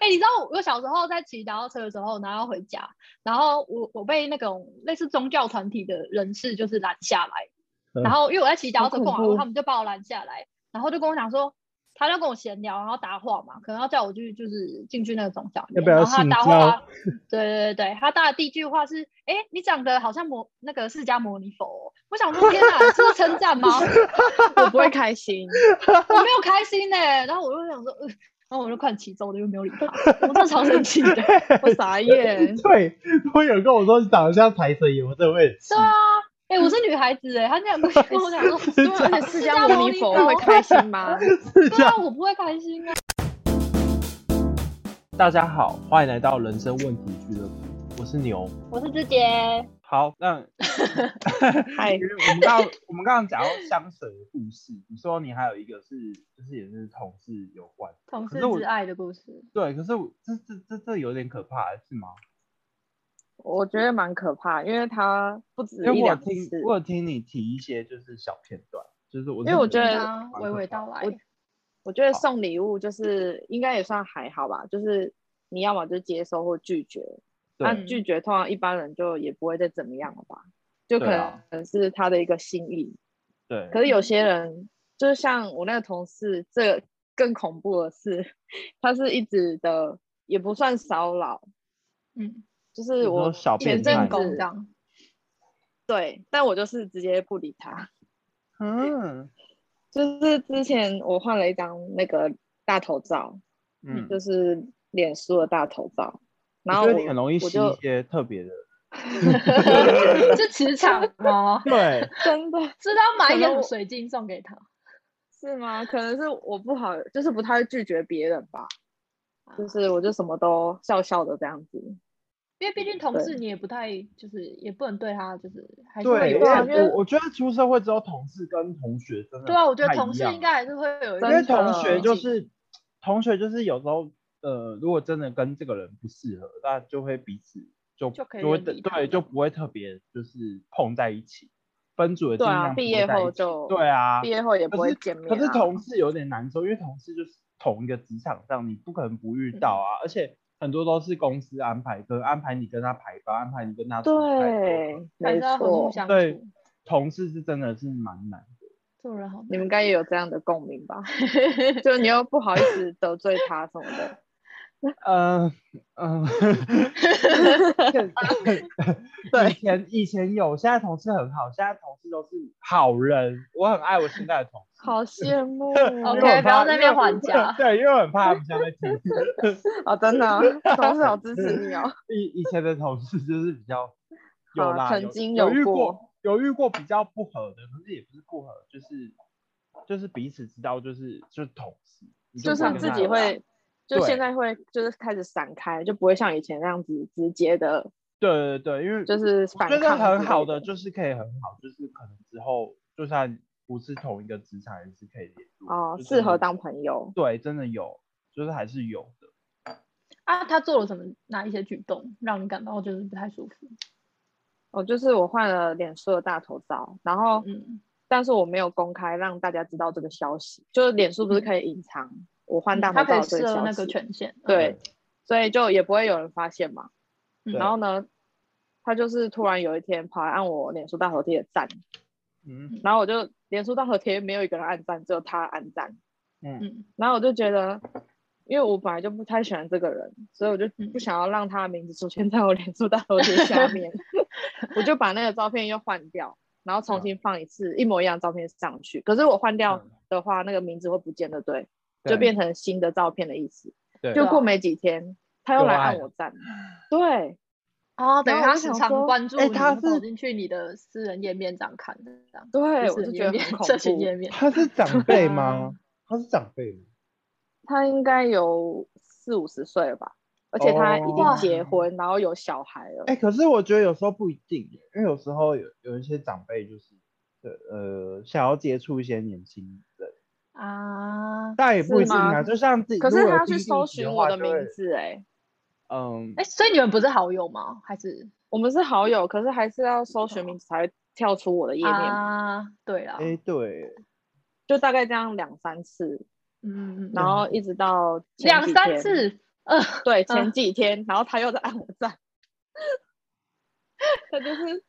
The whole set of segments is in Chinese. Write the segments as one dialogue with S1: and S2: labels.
S1: 哎、你知道我我小时候在骑脚踏车的时候，然后要回家，然后我我被那种类似宗教团体的人士就是拦下来，
S2: 嗯
S1: 然后因为我在骑脚踏车
S3: 好恐
S1: 过马路，
S3: 怖
S1: 他们就把我拦下来，然后就跟我讲说。他就跟我闲聊，然后搭话嘛，可能要叫我去就是进去那个宗教里面
S2: 要不要
S1: 然后他
S2: 信
S1: 搭
S2: 教
S1: 话，对对对对，他搭的第一句话是：“哎、你长得好像摩那个释迦摩尼佛、哦。”我想说，天哪，这是称赞吗？
S3: 我不会开心。
S1: 我没有开心呢、然后我就想说，呃，然后我就看起走，我就没有理他，我真的超生气的。
S3: 我傻 眼，
S2: 对，如果有人跟我说你长得像财神爷，我真的会很气
S1: 对。啊，哎、我是女孩子哎、他这 样跟我跟我讲说，
S3: 对，而且释迦牟尼佛会开心 吗？
S2: 是这
S1: 对
S2: 样
S1: 啊，我不会开心啊。
S2: 大家好，欢迎来到人生问题俱乐部，我是牛。
S1: 我是志杰，
S2: 好，那
S3: 嗨
S2: 因为我们刚我们刚刚讲到香水的故事，你说你还有一个是就是也是同事有关，
S1: 同
S2: 可是我
S1: 爱的故事。
S2: 对，可是我这这这这有点可怕，是吗？
S3: 我觉得蛮可怕，因为他不止
S2: 因为
S3: 一
S2: 我有
S3: 两
S2: 听
S3: 次。
S2: 我有听你提一些就是小片段，就是我
S3: 因为我
S2: 真的
S3: 觉得
S2: 蛮可怕的
S1: 来
S3: 我我觉得送礼物就是应该也算还好吧，就是你要么就接收或拒绝，那
S2: 对
S3: 拒绝通常一般人就也不会再怎么样了吧，就可
S2: 对啊
S3: 能是他的一个心意。
S2: 对，
S3: 可是有些人，就是像我那个同事，这个更恐怖的是， 他是一直的也不算骚扰，
S1: 嗯，
S3: 就是
S2: 你说
S3: 我
S2: 小
S3: 前
S2: 变
S3: 阵
S2: 态
S1: 正
S3: 子
S1: 宫这 样，
S3: 对，但我就是直接不理他。
S2: 嗯
S3: 就是之前我换了一张那个大头照，
S2: 嗯，
S3: 就是脸书的大头照，然后
S2: 我觉得
S3: 我
S2: 你很容易
S3: 我
S2: 吸
S3: 就
S2: 一些特别的，
S1: 是磁场吗？
S2: 对，
S3: 真的
S1: 是他买一
S3: 可能
S1: 点
S3: 我
S1: 水晶送给他。
S3: 是吗？可能是我不好，就是不太会拒绝别人吧，就是我就什么都笑笑的这样子。
S1: 因为毕竟同
S3: 对
S1: 事你也不太，就是也不能对他，就是还是会
S2: 对，
S1: 有
S2: 因
S3: 啊
S1: 点
S3: 因
S2: 为
S3: 为
S2: 我我觉得出社会之后，同事跟同学真的
S1: 对啊，我觉
S2: 不
S1: 得
S2: 太
S1: 同
S2: 一
S1: 事
S2: 样
S1: 应该还是会有一
S3: 真
S2: 因为
S1: 点
S3: 的
S2: 同学就是同学就是有时候呃，如果真的跟这个人不适合，那就会彼此就
S1: 就可以
S2: 会
S1: 远离他
S2: 对就不会特别就是碰在一起，分组的
S3: 对
S2: 尽
S3: 啊
S2: 量
S3: 毕
S2: 不
S3: 业
S2: 会在
S3: 后
S2: 一起
S3: 就
S2: 对啊，
S3: 毕业后也不
S2: 可
S3: 会
S2: 是
S3: 见面、啊
S2: 可是同事有点难受，因为同事就是同一个职场上，你不可能不遇到
S1: 嗯
S2: 啊，而且很多都是公司安排，跟安排你跟他排班，安排你跟他出差
S3: 对，
S1: 还
S3: 没
S1: 是要和睦
S3: 错，
S1: 相
S2: 对
S1: 处，
S2: 同事是真的是蛮难的。
S1: 做人好难。
S3: 你们应该也有这样的共鸣 吧？就你又不好意思得罪他什么的，
S2: 嗯嗯，呃 对，以前以前有，现在同事很好，现在同事都是好人，我很爱我现在的同事。
S3: 好羡 慕哦
S2: 因为
S1: OK，
S2: 我
S1: 不要
S2: 怕
S1: 在那边
S2: 因为我
S1: 还价
S2: 对，因为我很怕他们现在在听。
S3: 哦，真的啊，同事好支持你哦。
S2: 以以前的同事就是比较有
S3: 好
S2: 啦，
S3: 曾
S2: 有
S3: 经
S2: 有
S3: 有
S2: 遇
S3: 过
S2: 过有遇过比较不合的，可是也不是不合，就是就是彼此知道，就是就是同事，你
S3: 就
S2: 不
S3: 是
S2: 能
S3: 你
S2: 跟
S3: 自
S2: 他
S3: 己
S2: 有
S3: 会，就
S2: 对
S3: 现在会就是开始闪开，就不会像以前那样子直接的，
S2: 对对对，因为
S3: 就是反
S2: 觉得
S3: 抗
S2: 很
S3: 之
S2: 好
S3: 类
S2: 的
S3: 的
S2: 就是可以很好，就是可能之后就算不是同一个职场，也是可以联络
S3: 哦，
S2: 就
S3: 适
S2: 是
S3: 合当朋友。
S2: 对，真的有，就是还是有的。
S1: 啊，他做了什么哪一些举动让你感到就是不太舒服？
S3: 哦，就是我换了脸书的大头照，然后
S1: 嗯，
S3: 但是我没有公开让大家知道这个消息，就是脸书不是可以隐藏我换大
S1: 嗯他
S3: 头
S1: 可以
S3: 照的这
S1: 设
S3: 个消
S1: 那个
S3: 息？
S1: 权限。嗯，
S3: 对，所以就也不会有人发现嘛。
S1: 嗯
S3: 然后呢，他就是突然有一天跑来按我脸书大头贴的赞，
S2: 嗯
S3: 然后我就脸书大头贴没有一个人按赞，只有他按赞。
S2: 嗯，
S1: 嗯
S3: 然后我就觉得，因为我本来就不太喜欢这个人，所以我就
S1: 嗯
S3: 不想要让他的名字出现在我脸书大头贴下面，我就把那个照片又换掉，然后重新放一次一模一样的照片上去。可是我换掉
S2: 嗯
S3: 的话，那个名字会不见的，对，
S2: 对
S3: 就变成新的照片的意思。
S2: 对
S3: 就
S1: 啊
S3: 过没几天，他又
S2: 又
S3: 来
S2: 按
S3: 按我赞，对，
S1: 哦，等于
S3: 然
S1: 他
S3: 后我就
S1: 时
S3: 想
S1: 常
S3: 说
S1: 关注
S2: 哎
S1: 你，
S2: 他
S1: 然后
S2: 是
S1: 走进去你的私人页面这样看的，这样。
S3: 对，
S1: 私
S3: 我就
S1: 人
S3: 觉
S1: 页
S3: 得
S1: 面
S3: 很、恐
S1: 社群页
S3: 怖。
S1: 面。
S2: 他是长 辈
S3: 啊
S2: 吗？他是长辈吗？
S3: 他应该有四五十岁了吧，而且他已
S2: 哦
S3: 经结婚，然后有小孩了。
S2: 哎、可是我觉得有时候不一定耶，因为有时候有有一些长辈就是对呃想要接触一些年轻人，
S1: 啊，
S2: 但也
S3: 是
S2: 不一定啊。
S3: 吗
S2: 就像自己，
S3: 可是
S2: 如果
S3: 他
S2: 有
S3: 去
S2: 听
S3: 搜
S2: 进去
S3: 寻
S2: 话
S3: 我的
S2: 就
S3: 名
S2: 会，
S3: 字、哎，
S2: 嗯，
S1: 哎，所以你们不是好友吗？还是
S3: 我们是好友，可是还是要搜寻名字才会跳出我的页面，
S1: 啊？对啦，
S2: 哎、对耶，
S3: 就大概这样两三次，
S1: 嗯，嗯嗯
S3: 然后一直到前
S1: 两
S3: 几
S1: 三
S3: 天，
S1: 次，嗯
S3: 对，
S1: 嗯
S3: 前几天，然后他又在按我赞，他就是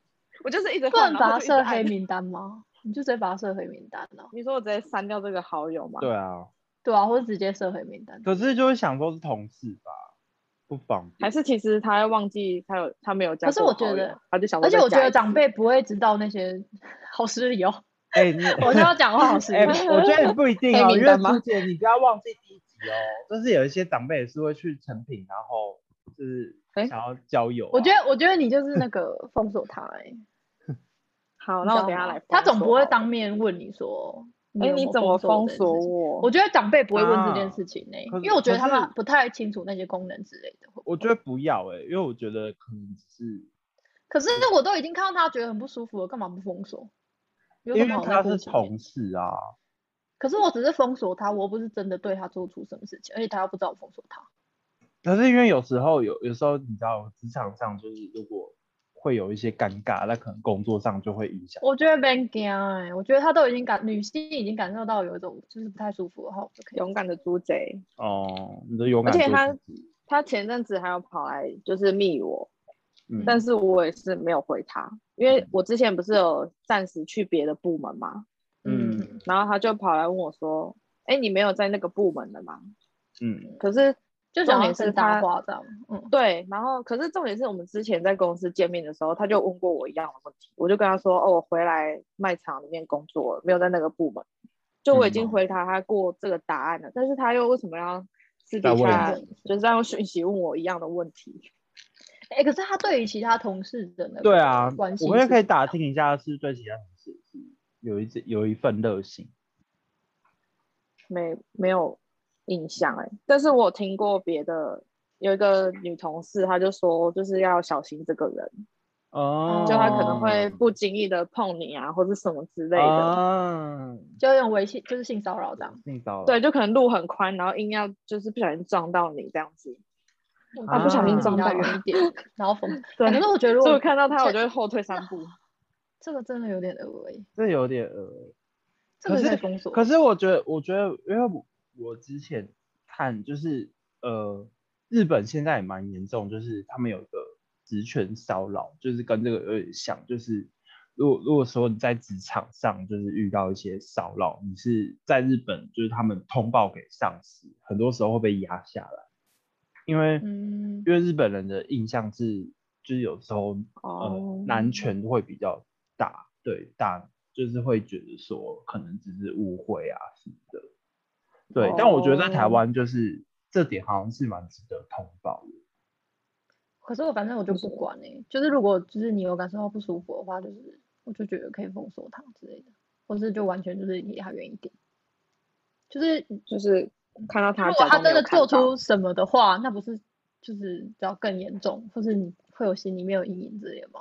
S3: 我就是一直
S1: 不能
S3: 换，
S1: 把
S3: 然
S1: 它
S3: 后就一直
S1: 设
S3: 按
S1: 黑。名单吗？你就直接把它设黑名单了、
S3: 你说我直接删掉这个好友吗？
S2: 对啊，
S1: 对啊，或者直接设黑名单。
S2: 可是就是想说是同事吧，不方便。
S3: 还是其实他忘记他有他没有加
S1: 可是
S3: 过
S1: 我觉
S3: 好友
S1: 得，
S3: 他就想说
S1: 而且
S3: 再
S1: 我觉
S3: 加
S1: 得
S3: 一
S1: 长
S3: 次
S1: 辈不会知道那些， 好失礼哦。
S2: 哎、你
S1: 我现在讲话好失礼
S2: 哎、。我觉得不一定哦，
S3: 黑
S2: 因
S3: 名
S2: 为
S3: 单吗
S2: 朱姐，你不要忘记第一集哦，就是有一些长辈也是会去成品，然后就是
S3: 哎
S2: 想要交友啊、
S1: 我觉得，我觉得你就是那个封锁他、欸，
S3: 好，
S1: 好
S3: 那我等一下来封锁好
S1: 他
S3: 了。
S1: 总不会当面问你说，
S3: 哎、
S1: 有没
S3: 你
S1: 有
S3: 怎么
S1: 封
S3: 封
S1: 锁我
S3: 锁
S1: 这件事情？
S3: 我？
S1: 我觉得长辈不会问这件
S2: 啊
S1: 事情呢、哎
S2: 可
S1: 因为
S2: 是
S1: 我觉得他
S2: 可
S1: 们
S2: 是
S1: 不太清楚那些功能之类的。
S2: 我觉得不要哎、因为我觉得可能只是
S1: 可是我都已经看到他觉得很不舒服了，干嘛不封锁？有
S2: 因
S1: 什
S2: 为
S1: 么好
S2: 他
S1: 在乎
S2: 是
S1: 前面
S2: 同事啊，
S1: 可是我只是封锁他，我又不是真的对他做出什么事情，而且他又不知道我封锁他。
S2: 可是因为有时候有有时候你知道职场上就是如果会有一些尴尬，那可能工作上就会影响。
S1: 我觉得蛮惊哎，我觉得他都已经感女性已经感受到有一种就是不太舒服了，然后就可以
S3: 勇敢的猪贼，
S2: 哦，你的勇
S3: 而
S2: 敢
S3: 且
S2: 做
S3: 他
S2: 自己，
S3: 他前阵子还有跑来就是密我，
S2: 嗯
S3: 但是我也是没有回他，因为我之前不是有暂时去别的部门嘛，
S2: 嗯
S3: 然后他就跑来问我说：“哎、你没有在那个部门了吗
S2: 嗯？”
S3: 可是
S1: 就
S3: 重
S1: 想要
S3: 点是
S1: 正大
S3: 他
S1: 化这样，嗯，
S3: 对，然后可是重点是我们之前在公司见面的时候，他就问过我一样的问题，我就跟他说：“哦，我回来卖场里面工作了，没有在那个部门。”就我已经
S2: 嗯
S3: 回答他过这个答案了，但是他又为什么要私
S2: 再
S3: 底
S2: 问一
S3: 下
S1: 次
S3: 就是再用讯息问我一样的问题？
S1: 哎、可是他对于其他同事的那个
S2: 对啊，
S1: 关系
S2: 我们也
S1: 是
S2: 可以打听一下，是对其他同事是有一只有一份热心。
S3: 没没有印象哎、但是我听过别的有一个女同事，她就说就是要小心这个人，
S2: 哦，
S3: 就他可能会不经意的碰你啊，或者什么之类的。
S2: 啊，
S1: 就有点微信就是性骚扰这样，
S2: 性骚扰
S3: 对，，就可能路很宽，然后硬要就是不小心撞到你这样子。
S2: 啊不小心撞
S1: 到
S3: 到
S1: 远一点，然后封。
S3: 对，
S1: 哎可是我觉得如
S3: 所以
S1: 果
S3: 我看到他，
S1: 这
S3: 我就会后退三步。
S1: 这个真的有点恶欸
S2: 这有点呃。
S1: 这个
S2: 可是
S1: 可以封锁。
S2: 可是我觉得，我觉得，因为我我之前看就是呃，日本现在也蛮严重，就是他们有一个职权骚扰，就是跟这个有点像，就是如果如果说你在职场上就是遇到一些骚扰，你是在日本就是他们呃通报给上司，很多时候会被压下来，因为、
S1: 嗯
S2: 因为日本人的印象是就是有时候呃
S3: 哦
S2: 男权会比较大，对大就是会觉得说可能只是误会啊什么的，对。但我觉得在台
S3: 哦
S2: 湾就是这点好像是蛮值得通报的。
S1: 可是我反正我就不管哎、就是如果就是你有感受到不舒服的话，就是我就觉得可以封锁他之类的，或是就完全就是离他远一点。就是如
S3: 就是看到他，
S1: 果他真的做出，什么的话，那不是就是只要更严重，或是你会有心里面有阴影之类的吗？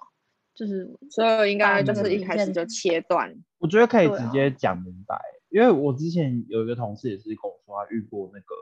S1: 就是
S3: 所以我应该就
S2: 把那个
S3: 是一
S1: 底
S3: 开始
S1: 线
S3: 就切断。
S2: 我觉得可以
S1: 对
S2: 直
S1: 啊
S2: 接讲明白，因为我之前有一个同事也是跟我说，他遇过那个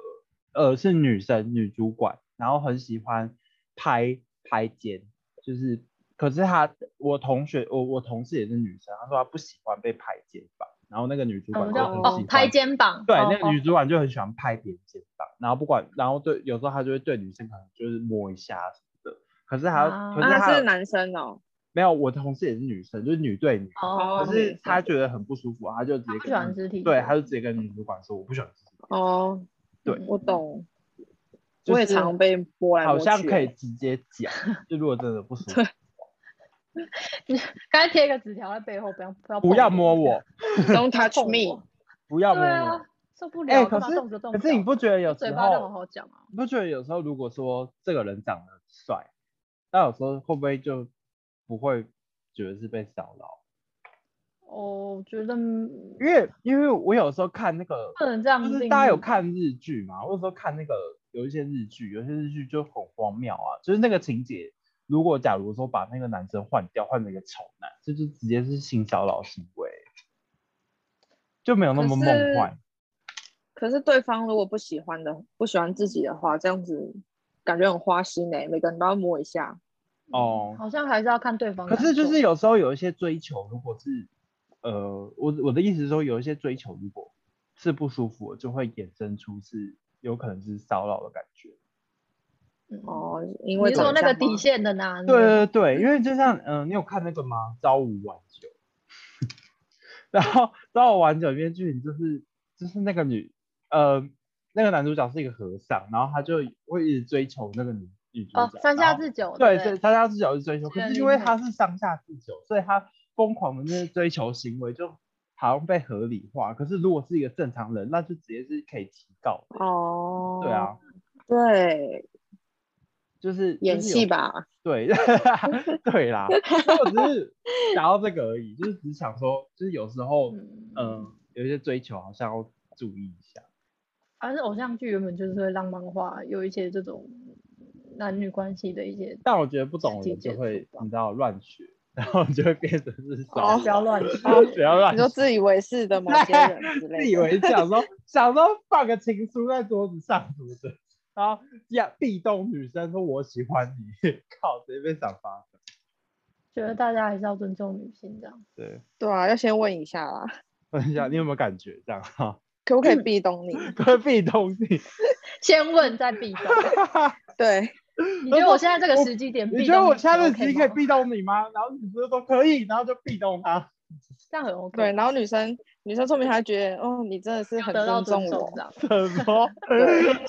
S2: 呃是女生女主管，然后很喜欢拍拍肩，就是可是她我同学我我同事也是女生，她说她不喜欢被拍肩膀，然后那个女主
S1: 我
S2: 管
S1: 们
S2: 就
S1: 叫
S2: 很喜
S1: 哦
S2: 欢、
S1: 拍肩膀，
S2: 对，
S1: 哦
S2: 那个
S1: 哦
S2: 女主管就很喜欢拍别人肩膀，然后不管，然后对，有时候她就会对女生可能就是摸一下什么的。可是她，
S1: 啊
S2: 可
S1: 我
S2: 是
S1: 觉
S3: 啊，
S2: 她
S3: 他是男生哦，
S2: 没有，我同事也是女生，就是女对女，
S1: 哦，
S2: 可
S3: 哦
S2: 是她
S1: 他
S2: 觉得很不舒服，她就直接
S1: 不喜
S2: 跟
S1: 欢
S2: 女
S1: 肢体接触，
S2: 对，她就直接跟女主管说我不喜欢肢体接触，
S3: 哦，
S2: 对
S1: 嗯
S3: 我。懂，
S2: 就
S3: 我也
S2: 是
S3: 常被摸来摸
S2: 好
S3: 去。欸啊
S2: 像可以，直接 讲，就如果真的不舒服，
S1: 刚才贴一个纸条在背后，不要不要
S2: 不
S1: 碰
S2: 要摸 我，
S3: ，Don't
S1: 不要
S3: touch
S1: 碰
S3: me
S2: 哦
S1: 我。
S2: 不要摸
S1: 对啊
S2: 我。，
S1: 受不
S2: 哎，
S1: 了，干
S2: 可
S1: 嘛
S2: 是
S1: 动着动
S2: 可是你
S1: 脚
S2: 不觉得有时
S1: 嘴巴就好
S2: 候，
S1: 好讲啊。
S2: 你不觉得有时候如果说这个人长得帅，那有时候会不会就不会觉得是被骚扰？
S1: 哦，我觉得嗯
S2: 因为因为我有时候看那个，
S1: 不能这样
S2: 就是
S1: 定
S2: 大家有
S1: 义
S2: 看日剧嘛，或者说看那个有一些日剧，有些日剧就很荒谬啊，就是那个情节，如果假如说把那个男生换掉，换成一个丑男，这就直接是性骚扰行为，就没有那
S3: 可
S2: 么
S3: 是
S2: 梦幻。
S3: 可是对方如果不喜欢的，不喜欢自己的话，这样子感觉很花心哎、每个人都要摸一下。
S2: 哦
S1: 嗯好像还是要看对方
S2: 可
S1: 感受。
S2: 是就是有时候有一些追求，如果是呃，我我的意思是说，有一些追求如果是不舒服的，就会衍生出是有可能是骚扰的感觉。
S1: 嗯，
S3: 哦，因为
S1: 你是说
S3: 长
S1: 那个
S3: 相吗
S1: 底线的拿捏？
S2: 对对对，因为就像嗯、呃你有看那个吗？朝五晚九， 然后朝五晚九里面剧情就是就是那个女呃那个男主角是一个和尚，然后他就会一直追求那个女女主角，
S1: 哦，山下
S2: 然后
S1: 智久，
S2: 对
S1: 不
S2: 对，山下智久是追求，
S1: 是
S2: 可
S1: 的
S2: 是
S1: 是
S2: 因为
S1: 的
S2: 他是上下智久，所以他疯狂的那些追求行为就好像被合理化。可是如果是一个正常人，那就直接是可以提告的。
S3: 哦，
S2: 对，啊，
S3: 对，
S2: 就是
S3: 演戏。
S2: 就是有
S3: 吧，
S2: 对， 对啦，所以我只是想到这个而已，就是只想说，就是有时候，嗯、
S1: 嗯，
S2: 有一些追求好像要注意一下。
S1: 反正偶像剧原本啊就是会让漫画有一些这种男女关系的一些，
S2: 但我觉得不
S1: 实
S2: 懂的
S1: 际
S2: 人就
S1: 接触
S2: 会
S1: 吧
S2: 你知道乱学，然后就会变成是
S3: 哦
S2: 少
S1: 不要乱学。
S2: 不要乱
S3: 你
S2: 学
S3: 说。自以为是的某 些人之类的，
S2: 自以为想说想说放个情书在桌子上什么的，然后呀壁咚女生说我喜欢你， 靠，直接被赏罚的。
S1: 觉得大家还是要尊重女性这样。
S2: 对，
S3: 对啊，要先问一下啦，
S2: 问一下你有没有感觉这样 哈？
S3: 可不可以壁 咚你？
S2: 可以壁咚你，
S1: 先问再避重。
S3: 对，
S1: 你觉得我现在这个时机点
S2: 你
S1: 避
S2: 觉得
S1: 重
S2: 我
S1: 是
S2: 下次
S1: OK
S2: 机可以
S1: 吗
S2: 壁咚你吗？然后你不是说可以，然后就壁咚他。
S1: 这样很 OK。
S3: 对，，然后女生女生说明还觉得，哦，你真的是很
S1: 得到
S3: 尊
S1: 尊
S3: 重
S1: 重
S3: 我
S1: 这，样。
S2: 什么？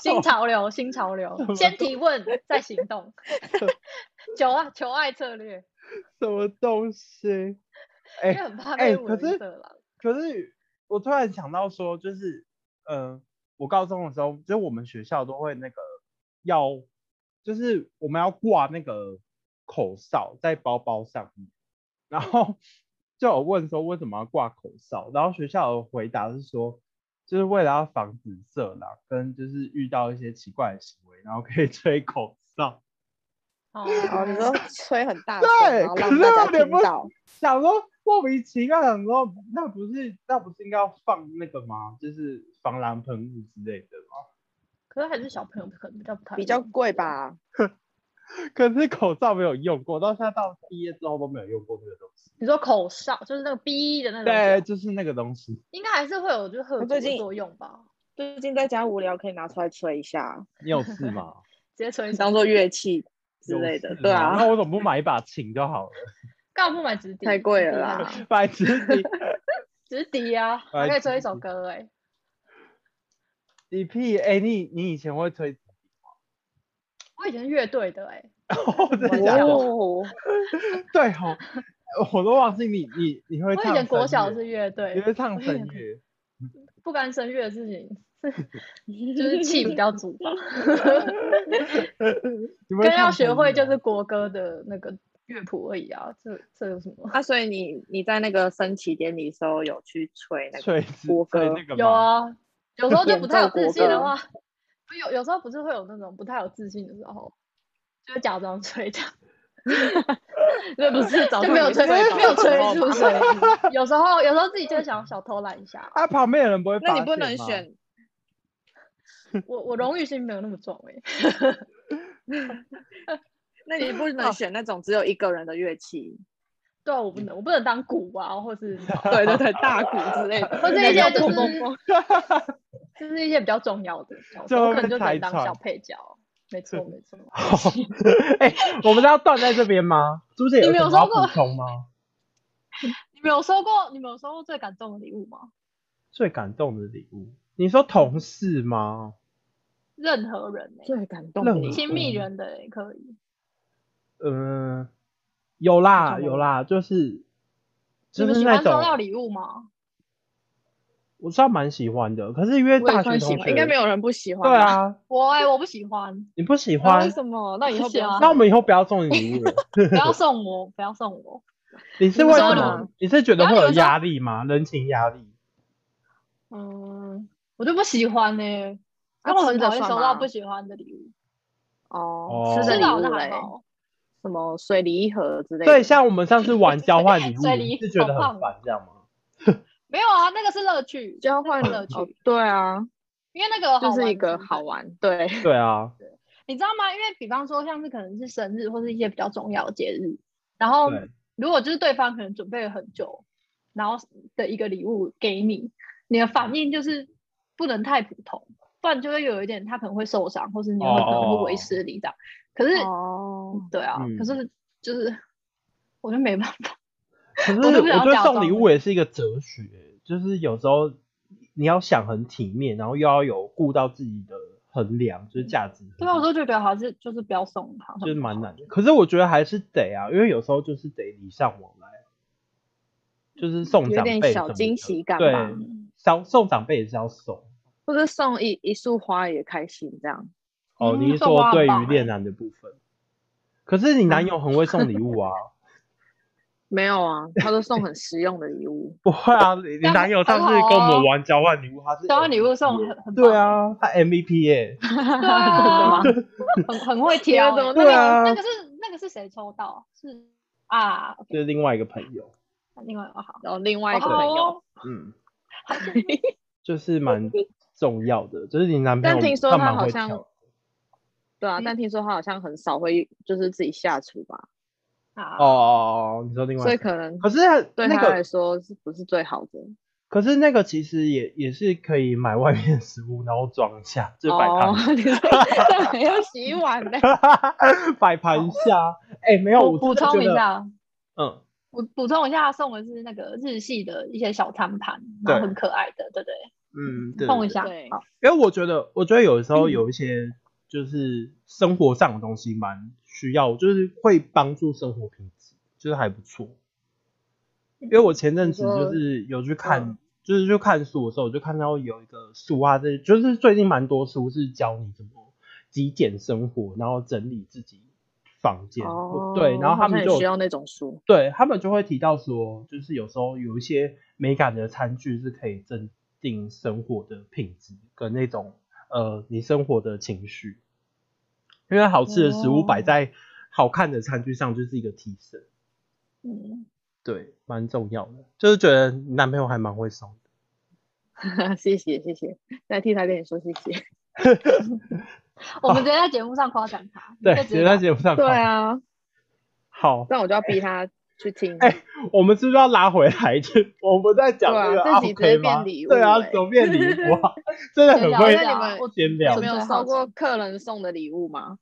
S1: 新潮流，新潮流
S2: 什，么
S1: 先提问再行动。 求爱求爱策略，
S2: 什么东西？哎、
S1: 因为很怕
S2: 哎
S1: 被误
S2: 可
S1: 为
S2: 是
S1: 色狼。
S2: 可是我突然想到说，就是嗯、呃我高中的时候，就是我们学校都会那个要，就是我们要挂那个口哨在包包上面，然后就有问说为什么要挂口哨，然后学校的回答是说。就是为了要防止色狼跟就是遇到一些奇怪的行为，然后可以吹口哨。
S1: 哦
S3: 哦，你说吹很大声，
S2: 对
S3: 然，后
S2: 可
S3: 让
S2: 是
S3: 大
S2: 我
S3: 家
S2: 点
S3: 听
S2: 不
S3: 到，
S2: 想说莫名其妙，想说那不是那不是应该要放那个吗？就是防狼喷雾之类的吗？
S1: 可是还是小朋友可能比较不太
S3: 比较
S1: 理解
S3: 贵？吧？
S2: 可是口罩没有用过，到现在到毕业之后都没有用过那个东西。
S1: 你说口哨就是那个 B 的那种
S2: 对，
S1: 叫，
S2: 就是那个东西，
S1: 应该还是会有就是喝
S3: 我
S1: 酒的
S3: 最近
S1: 作用吧？
S3: 最近在家无聊，可以拿出来吹一下，
S2: 你有 事吗？
S1: 直接吹
S3: 当
S1: 做
S3: 做乐器之
S2: 有
S3: 类的
S2: 事，
S3: 对
S2: 吗那
S3: 啊，
S2: 我怎么不买一把琴就好了？
S1: 干嘛不买直笛？
S3: 太贵
S1: 直笛
S3: 了
S1: 还
S3: 啦。
S2: 买直笛，
S1: 直笛啊，还
S2: 买
S1: 可以吹一首
S2: 直笛
S1: 歌哎、
S2: 你屁！哎、你你以前 会吹？
S1: 我以前是乐队的哎、
S2: 我真的假的？
S3: 哦，
S2: 对哦，我都忘记你你你会
S1: 我以
S2: 唱。
S1: 前国小是，乐
S2: 你
S1: 队，
S2: 会唱
S1: 我以前
S2: 声乐。
S1: 不干声乐的事 情就是气比较足吧。
S2: 你会
S1: 跟要
S2: 唱
S1: 学
S2: 声
S1: 会
S2: 乐啊
S1: 就
S2: 吗
S1: 是国歌的那个乐谱而已啊，这这有什么？
S3: 啊，所以你你在那个升旗典礼的时候有去吹那个？
S2: 吹吹
S3: 国歌
S2: 那个
S1: 有
S2: 吗，
S1: 啊，有时候就
S3: 演
S1: 不太有
S3: 奏
S1: 自
S3: 国
S1: 信的啊
S3: 歌
S1: 话，不有有时候不是会有那种不太有自信的时候，就会假装吹 这样，
S3: 这不是早
S1: 就没有吹，没有吹出声
S3: 声。
S1: 音。有时候有时候自己就想小偷懒一下，
S2: 啊，旁边的人不会发
S3: 那
S2: 现
S3: 你不能
S2: 吗，
S3: 选，
S1: 我我荣誉心没有那么重哎、
S3: 那你
S2: 啊
S3: 不能选那种只有一个人的乐器，
S1: 对啊，我不能，我不能当鼓啊，或是 你知道
S3: 对对对，大鼓之类的，
S1: 或是一些就是
S3: 是
S1: 就是一些比较重要的角
S2: 就
S1: 色，我
S2: 会
S1: 可能
S2: 被
S1: 就只能
S2: 拆
S1: 当
S2: 穿
S1: 小配角。没错没 错，
S2: 哎、我们是要断在这边吗？朱姐
S1: 你
S2: 有
S1: 没
S2: 什
S1: 有
S2: 么要
S1: 说过
S2: 补充吗？
S1: 你们有收过你们有收过最感动的礼物吗？
S2: 最感动的礼物，你说同事吗？
S1: 任何人哎、
S3: 最感动的
S2: 任
S3: 一
S2: 何
S3: 幕
S1: 亲密
S2: 嗯
S1: 人的也可以。
S2: 嗯、有啦
S3: 什么
S2: 有啦，就是
S1: 你
S2: 就
S1: 们
S2: 是
S1: 喜
S2: 那
S1: 欢收到
S2: 种，
S1: 礼物吗？
S2: 我算蛮喜欢的，可是因为
S3: 我
S2: 大学
S3: 也算喜
S2: 同
S3: 欢，
S2: 学，
S3: 应该没有人不喜欢。
S2: 对，啊，
S1: 我哎、我不喜欢，
S2: 你不喜
S3: 那为
S2: 欢，
S3: 什么？那以
S1: 不
S3: 后不要啊哦
S1: 喜欢
S2: 那我们以后不要送你礼 物了。
S1: 不要送我，不要送我。
S2: 你是
S3: 你
S2: 为
S1: 说
S2: 什
S1: 呢
S2: 么？你是觉得
S1: 然后
S2: 会
S1: 有
S2: 有
S1: 时候
S2: 压力吗？人情压力？
S1: 嗯，我就不喜欢呢、
S3: 那
S1: 因为我
S3: 吃
S1: 很
S3: 的
S1: 讨厌
S3: 算
S1: 收到
S3: 吗
S1: 不喜欢的礼物。
S3: 哦，
S2: 哦
S3: 吃
S1: 吃欸的
S3: 的礼
S1: 好
S3: 物
S1: 像还
S3: 嘞，
S1: 好，
S3: 什么水梨盒之类的。
S2: 对，像我们上次玩交换 礼物，
S1: 水
S2: 你
S1: 梨
S2: 是觉得
S1: 好
S2: 很
S1: 棒
S2: 烦这样吗？
S1: 没有啊，那个是乐趣，
S3: 交换
S1: 那个乐趣，
S3: 哦，对啊，
S1: 因为那个
S3: 就
S1: 好玩
S3: 是一个
S1: 的
S3: 好玩，对，
S2: 对啊，
S1: 你知道吗？因为比方说像是可能是生日或是一些比较重要的节日，然后
S2: 对
S1: 如果就是对方可能准备了很久，然后的一个礼物给你，你的反应就是不能太普通，不然就会有一点他可能会受伤，或是你有可能会为时离党。可是，
S3: 哦，
S1: 对啊，
S2: 哦嗯
S1: 可是就是我就没办法，
S2: 可是
S1: 我都不
S2: 我
S1: 想
S2: 觉得
S1: 假
S2: 送
S1: 装
S2: 礼物也是一个哲学，欸就是有时候你要想很体面，然后又要有顾到自己的衡量，就是价值衡量。
S1: 对啊，我都觉得好像是就是不要送他，
S2: 就是蛮难的。可是我觉得还是得啊，因为有时候就是得礼尚往来，就是送
S3: 有
S2: 长
S3: 点
S2: 辈
S3: 小
S2: 什么
S3: 惊
S2: 的
S3: 喜感
S2: 对
S3: 吧，
S2: 送送长辈也是要送。
S3: 或者送一一束花也开心这样。
S2: 哦，
S1: 嗯
S2: 你是
S1: 送花
S2: 说
S1: 很
S2: 对于
S1: 棒
S2: 恋
S1: 欸
S2: 男的部分？可是你男友很会送礼 物啊，。
S3: 没有啊，他都送很实用的礼 物，
S2: 不会啊，你你
S1: 但
S2: 男友上
S1: 很
S2: 次跟我
S1: 好
S2: 们
S1: 啊
S2: 玩交换礼物，他是
S1: 交换礼物送
S2: MVP 耶
S1: 很很
S2: 对
S1: 棒
S2: 啊，他 MVP 耶、
S1: 对啊
S3: 真的吗？
S1: 很很会挑欸、
S3: 怎么
S2: 对啊
S1: 那个那个是那个是谁抽到？是啊，OK，
S2: 就是另外一个朋友，
S1: 另外哦好，
S3: 然后另外一个
S1: 哦
S3: 朋友，
S1: 好哦
S2: 嗯，就是蛮重要的，就是你男朋
S3: 但
S2: 友
S3: 听说他
S2: 蛮
S3: 好
S2: 会
S3: 像
S2: 挑，
S3: 对啊，
S1: 嗯
S3: 但听说他好像很少会就是自己下厨吧，
S1: 啊
S2: 哦哦哦，你说另外
S3: 所以
S2: 一个，
S3: 可能
S2: 可是他
S3: 对
S2: 那
S3: 他
S2: 个
S3: 来说是不是最好的？
S2: 可是那个其实也也是可以买外面的食物，然后装一下，就摆
S3: 哦，
S2: 盘，
S3: 你说 这没有洗碗呢？
S2: 摆盘一下。哎、没有，我
S1: 补补
S2: 真的
S1: 充一
S2: 觉得，
S1: 下，
S2: 嗯，
S1: 补补充一下，送的是那个日系的一些小餐盘，然后
S2: 对
S1: 很可爱的，对不对？
S2: 嗯，对
S1: 送一
S2: 对
S1: 下，
S3: 对
S1: 好
S2: 对因为我觉得，我觉得有的时候
S1: 嗯
S2: 有一些就是生活上的东西蛮需要，就是会帮助生活品质，就是还不错。因为我前阵子
S3: 嗯你说
S2: 就
S3: 嗯
S2: 是有去看，就是去看书的时候，我就看到有一个书啊，这就是最近蛮多书是教你怎么极简生活，然后整理自己房间。
S3: 哦，
S2: 对，然后他们
S3: 好像也
S2: 就
S3: 需要那种书，
S2: 对他们就会提到说，就是有时候有一些美感的餐具是可以增进生活的品质跟那种呃你生活的情绪，因为好吃的食物
S3: 哦
S2: 摆在好看的餐具上就是一个提升，
S1: 嗯，
S2: 对，蛮重要的。就是觉得你男朋友还蛮会送的，
S3: 谢谢谢谢，来替他跟你说谢 谢。
S1: 我们直接在节目上夸奖他，
S2: 哦对，
S1: 就直
S2: 觉
S1: 接
S2: 得在节目上
S3: 对
S2: 夸
S3: 啊，
S2: 好，
S3: 那我就要逼他去听。
S2: 哎我们是不是要拉回来？就我们在讲
S3: 对啊
S2: 这个
S3: 这集直
S2: OK
S3: 接
S2: 吗？
S3: 变礼物
S2: 对啊，
S3: 欸
S2: 怎么变礼物啊？ 真的很
S1: 先
S2: 会
S1: 聊一下
S3: 那你们
S1: 我对
S2: 闲聊
S1: 啊
S3: 你。没有
S1: 我
S3: 收过客人送的礼物吗？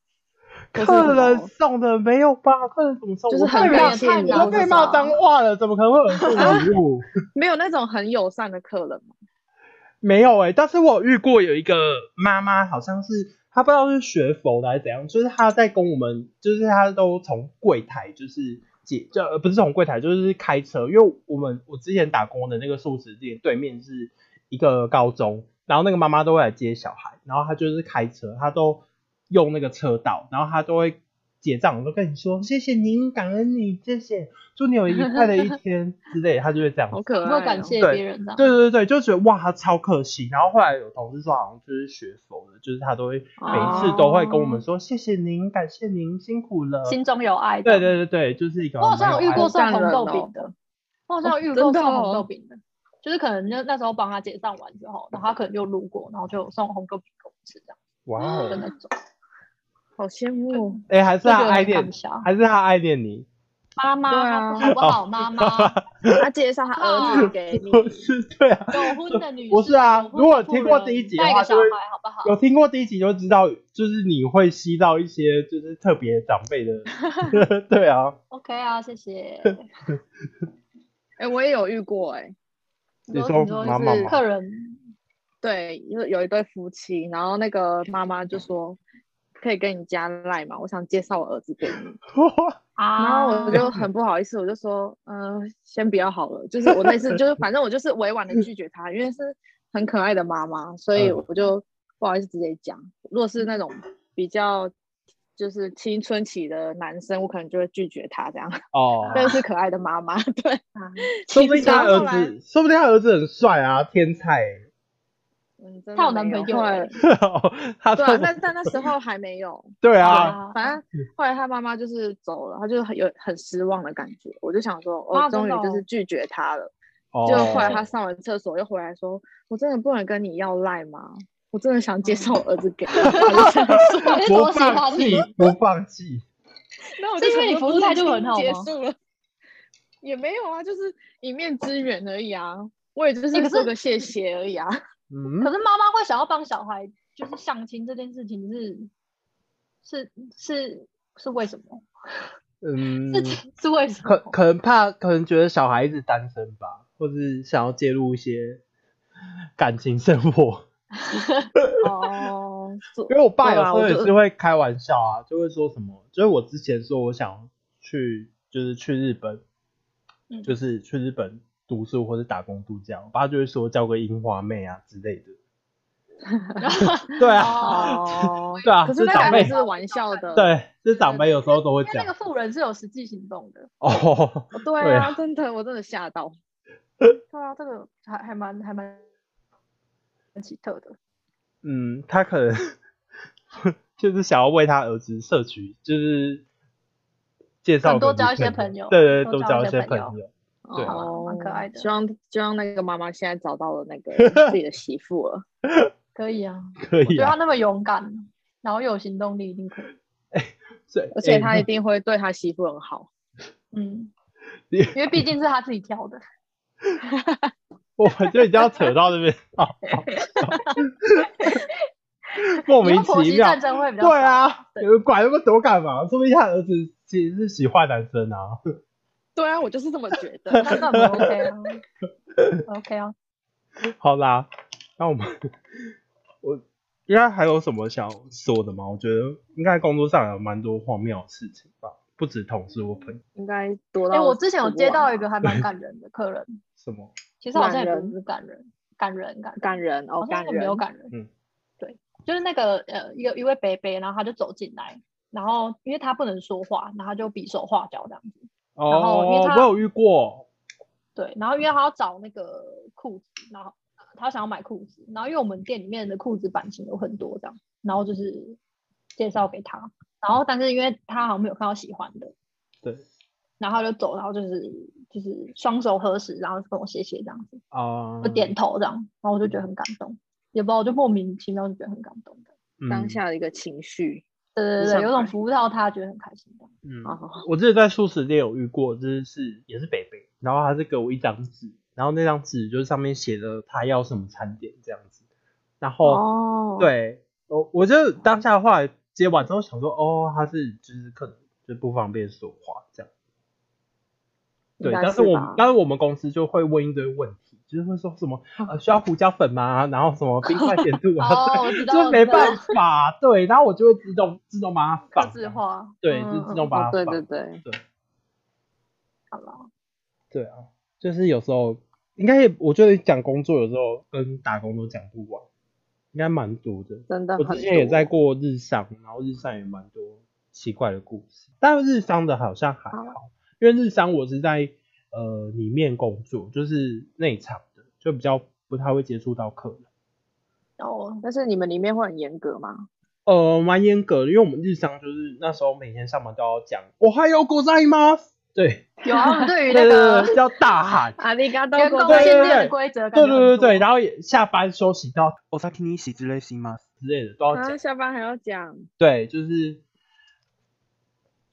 S3: 或是
S2: 客
S3: 什
S2: 人
S3: 么
S2: 送的没有吧？客人怎么送？
S3: 就是
S2: 我
S3: 很
S2: 被骂
S3: 感谢你
S2: 我都
S3: 这
S2: 被
S3: 种
S2: 骂脏话了，怎么可能会有人送礼物？
S3: 没有那种很友善的客人吗？
S2: 没有哎、但是我有遇过有一个妈妈，好像是她不知道是学佛的还是怎样，就是她在跟我们，就是她都从柜台就是解，就呃不是从柜台，就是开车，因为我们我之前打工的那个素食店对面是一个高中，然后那个妈妈都会来接小孩，然后她就是开车，她都用那个车道，然后她都会结账，都跟你说谢谢您，感恩你，谢谢，祝你有愉快的一天之类的，她就会这样子
S3: 好可
S1: 有
S3: 爱、
S1: 没有
S3: 哦，
S1: 感谢
S2: 对
S1: 别人这样？
S2: 对对对，就觉得哇，他超可惜。然后后来有同事说，好像就是学佛的，就是他都会每
S3: 哦
S2: 一次都会跟我们说、谢谢您，感谢您，辛苦了。
S1: 心中有爱，
S2: 对对对对，就是一个
S1: 我好像
S2: 蛮
S1: 有遇过
S2: 爱
S1: 送
S3: 好感
S1: 红
S3: 人
S1: 豆
S3: 哦
S1: 饼的，我好像有遇
S3: 哦
S1: 过
S3: 真的
S1: 送红
S3: 哦
S1: 豆饼的，就是可能就那时候帮他结账完之后，然后他可能就路过，然后就送红豆饼给我们吃这样
S2: 哇
S1: 的
S2: 哦，
S1: 那种，
S3: 好羡 慕。哦
S2: 哎、还是
S1: 就觉
S2: 他
S1: 得
S2: 爱
S1: 很
S2: 恋
S1: 感，伤。
S2: 还是他爱恋你？
S1: 妈妈，
S3: 对
S1: 她
S3: 啊
S1: 好不好？妈妈， 有
S3: 他介绍他儿子给你，
S2: 不是对啊，
S1: 婚的 女
S2: 不是啊
S1: 有婚的
S2: 如果
S1: 妇
S2: 听过
S1: 人
S2: 第一集的
S1: 带
S2: 话
S1: 个小
S2: 就会
S1: 孩好不好？
S2: 有听过第一集就知道，就是你会吸到一些就是特别长辈的，对啊，
S1: OK 啊，谢谢。
S3: 哎、我也有遇过、哎，
S2: 你
S1: 说
S2: 说
S1: 你说
S2: 妈
S1: 是
S2: 妈吗
S1: 客 人
S3: 对，有有一对夫妻，然后那个妈妈就说。可以跟你加赖嘛？我想介绍我儿子给你，然
S1: 啊，
S3: 后 我就很不好意思，我就说，嗯、先不要好了。就是我那次就是，反正我就是委婉的拒绝他，因为是很可爱的妈妈，所以
S2: 嗯
S3: 我就不好意思直接讲。如果是那种比较就是青春期的男生，我可能就会拒绝他这样。
S2: 哦，
S3: 但是可爱的妈妈， 对，
S1: 啊
S2: 说不定他
S3: 然后
S2: 儿
S3: 后来
S2: 子，说不定他儿子很帅啊，天才、
S3: 嗯，真的
S1: 她有
S3: 没
S1: 男朋友
S3: 后来
S1: 欸，
S2: 哦他
S3: 对
S2: 说
S3: 啊，但但那时候还没有，
S2: 对啊，
S1: 啊，
S3: 反正后来他妈妈就是走了，他就很有很失望的感觉。我就想说，
S1: 啊
S3: 哦，
S1: 真
S3: 终于
S1: 的
S3: 就
S1: 哦
S3: 是拒绝他了。
S2: 哦
S3: 就后来他上完厕所又回来说，我真的不能跟你要赖吗？我真的想介绍我儿子给你。我就 想说
S1: 到底是
S2: 不
S1: 多喜
S2: 放
S1: 欢
S2: 弃
S1: 你？，
S2: 不放弃，
S3: 那我
S1: 是
S3: 就
S1: 因为
S3: 想
S1: 你
S3: 说
S1: 服务态度
S3: 事情
S1: 很好
S3: 结
S1: 吗
S3: 束了，也没有啊，就是一面之缘而已啊。我也就
S1: 欸可
S3: 是说
S1: 是
S3: 个谢谢而已啊。
S2: 嗯
S1: 可，是妈妈会想要帮小孩就是相亲这件事情是是是是为什么？
S2: 嗯，
S1: 是是为什
S2: 可
S1: 么？
S2: 可能怕，可能觉得小孩子单身吧，或是想要介入一些感情生活。
S3: 哦， 是
S2: 因为我爸
S3: 对
S2: 有
S3: 啊
S2: 时候
S3: 我
S2: 也
S3: 就是
S2: 会开玩笑啊，就会说什么，就是我之前说我想去，就是去日本，
S1: 嗯
S2: 就是去日本读书或者打工度假，我爸就会说交个樱花妹啊之 类的。对啊，
S3: 哦，
S2: 对啊，
S3: 可是那
S2: 长
S3: 两个
S2: 辈，
S3: 是玩笑的，
S2: 对，是长辈有时候都会
S1: 因为那
S2: 讲
S1: 个富人是有实际行动的。
S2: 哦，
S3: 哦对
S2: 对
S3: 啊，
S2: 啊
S3: 真的，我真的吓到。
S1: 对啊，这个还还蛮还蛮蛮奇特的。
S2: 嗯，他可能 就是想要为他儿子摄取，就是介绍
S1: 多
S2: 给女
S1: 交一些
S2: 朋友
S1: 朋友
S2: 对对，
S1: 多
S2: 对多
S1: 交一些
S2: 交些
S1: 朋
S2: 朋
S1: 友
S2: 友。对啊
S3: 哦，
S1: 蛮可爱的
S3: 希望希望那个妈妈现在找到了那个自己的媳妇了。
S1: 可以啊，
S2: 可
S1: 我
S2: 以
S1: 觉得他
S2: 啊，
S1: 那么勇敢，然后有行动力，一定可以。
S2: 所以
S3: 而且
S2: 哎
S3: 他一定会对他媳妇很好。
S1: 嗯，
S2: 你
S1: 因为毕竟是他自己挑的。
S2: 我们就已经要扯到这边，好 莫
S1: 以
S2: 名
S1: 后婆
S2: 其
S1: 媳
S2: 妙
S1: 战。争会比较
S2: 对
S1: 少，
S2: 啊，
S1: 对
S2: 你们管那么多干嘛？说明他儿子其实是喜欢男生啊。
S3: 对啊，我就是这么觉 得。
S1: 那那很 OK 啊，OK 啊。
S2: 好啦，那我们我应该还有什么想说的吗？我觉得应该工作上有蛮多荒谬的事情吧，不止同事或朋友。
S3: 应该多
S1: 哎、
S3: 到。
S1: 我之前有接到一个还蛮感人的客人，
S2: 什么？
S1: 其实好像
S3: 感
S1: 也
S3: 人
S1: 不是感人，感人感人
S3: 感人哦
S1: 好，像
S3: 感
S1: 那个没有
S3: 人。
S1: 感人。
S2: 嗯，
S1: 对，就是那个呃，一个一位伯伯，然后他就走进来，然后因为他不能说话，然后他就比手画脚这样子。然后因为
S2: 哦，
S1: 他
S2: 我有遇过。
S1: 对，然后因为他要找那个裤子，然后他想要买裤子，然后因为我们店里面的裤子版型有很多这样，然后就是介绍给他，然后但是因为他好像没有看到喜欢的，
S2: 对，
S1: 然后他就走，然后就是就是双手合十，然后跟我谢谢这样子，
S2: 啊、
S1: 就点头这样，然后我就觉得很感动，也不知道我就莫名其妙就觉得很感动的。
S2: 嗯
S3: 当。下的一个情绪
S1: 对对
S3: 上
S1: 对，有种
S3: 来
S1: 服务到他，觉得很开心的。
S2: 嗯，
S3: 啊，哦
S2: 我之前在素食店有遇过，就是是也是北北，然后他是给我一张纸，然后那张纸就是上面写了他要什么餐点这样子，然后、
S3: 哦，
S2: 对我我就当下话接完之后想说，哦，他是就是可能就是不方便说话这样，
S3: 应
S2: 对，
S3: 该
S2: 但是
S3: 是
S2: 我
S3: 吧
S2: 们但是我们公司就会问一堆问题，就是会说什么
S3: 啊
S2: 呃需要胡椒粉吗？然后什么冰块甜度 啊，
S1: 哦，我知道，
S2: 就是
S1: 我
S2: 没
S1: 知道
S2: 办法，对，然后我就会自动自动把它
S1: 刻
S2: 放
S1: 字
S2: 掉，
S1: 化，
S2: 对，
S1: 嗯
S2: 就自动把它
S3: 哦
S2: 放，
S3: 对对对，
S1: 好了，
S2: 对啊，就是有时候应该也，我觉得讲工作有时候跟打工都讲不完，应该蛮多的。
S3: 真的很
S2: 我
S3: 多。
S2: 之前也在过日商，然后日商也蛮多奇怪的故事，但日商的好像还
S3: 哦
S2: 好，因为日商我是在呃里面工作，就是内场的，就比较不太会接触到客人。
S1: 然后
S3: 但是你们里面会很严格吗？
S2: 呃，蛮严格的，因为我们日商就是那时候每天上班都要讲“我还有国在吗？”对，
S1: 有啊，我们对于
S2: 对
S1: 那
S2: 对
S1: 个
S2: 对，要大 喊。
S3: 阿里嘎多
S1: 员工
S2: 对
S1: 训
S2: 对
S1: 练
S2: 对
S1: 的规则，
S2: 对对对对，，然后也下班休息到我在听你洗之类行吗之类的都要讲，
S3: 啊，下班还要讲，
S2: 对，就是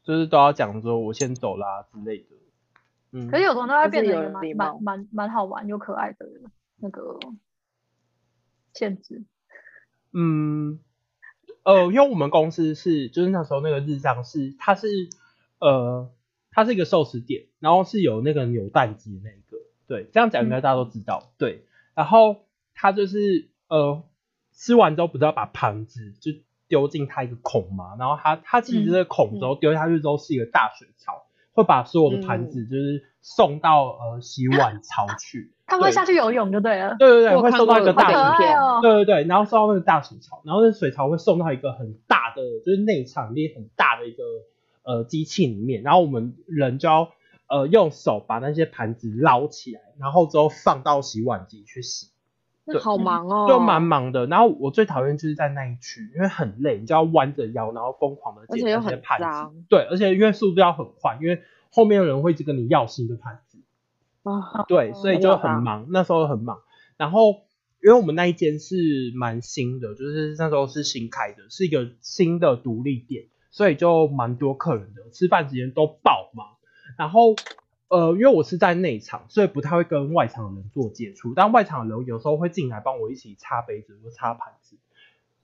S2: 就是都要讲说我先走啦之类的。嗯，
S1: 可是有时候它会变
S3: 就
S1: 成
S3: 是
S1: 一
S3: 有
S1: 个蛮
S3: 礼貌
S1: 蛮蛮蛮好玩又可爱的那个限制，
S2: 嗯，呃，因为我们公司是就是那时候那个日商是它是呃它是一个寿司店，然后是有那个扭蛋机的那一个，对，这样讲应
S3: 嗯
S2: 该大家都知道，对，然后它就是呃吃完之后不是要把盘子就丢进它一个孔嘛，然后它它其实这个
S3: 嗯
S2: 孔之后丢下去之后是一个大水槽，会把所有的
S3: 嗯
S2: 盘子就是送到呃洗碗槽 去，
S1: 他们会
S2: 对
S1: 下去游泳就对了，
S2: 对对对，
S3: 我
S2: 会
S3: 看
S2: 送到
S3: 过
S2: 一个
S3: 有
S2: 大
S1: 好可
S2: 水槽
S3: 影。片
S1: 爱哦，
S2: 对对对，然后送到那个大水槽，然后那水槽会送到一个很大的，就是内场地很大的一个呃机器里面，然后我们人就要呃用手把那些盘子捞起来，然后之后放到洗碗机去洗，
S3: 那
S2: 对
S3: 好忙哦，
S2: 就蛮，忙的。然后我最讨厌就是在那一区，因为很累，你就要弯着腰，然后疯狂的
S3: 而
S2: 捡
S3: 且又
S2: 那些
S3: 很
S2: 盘子
S3: 脏，
S2: 对，而且因为速度要很快，因为后面有人会一直跟你要新的盘子。
S1: 嗯
S3: 啊，
S2: 对，所以
S3: 很
S2: 就
S3: 有
S2: 很
S3: 吧
S2: 忙，那时候很忙。然后因为我们那一间是蛮新的，就是那时候是新开的，是一个新的独立店，所以就蛮多客人的，吃饭时间都爆忙。然后呃，因为我是在内场，所以不太会跟外场的人做接触，但外场的人有时候会进来帮我一起擦杯子或擦盘子。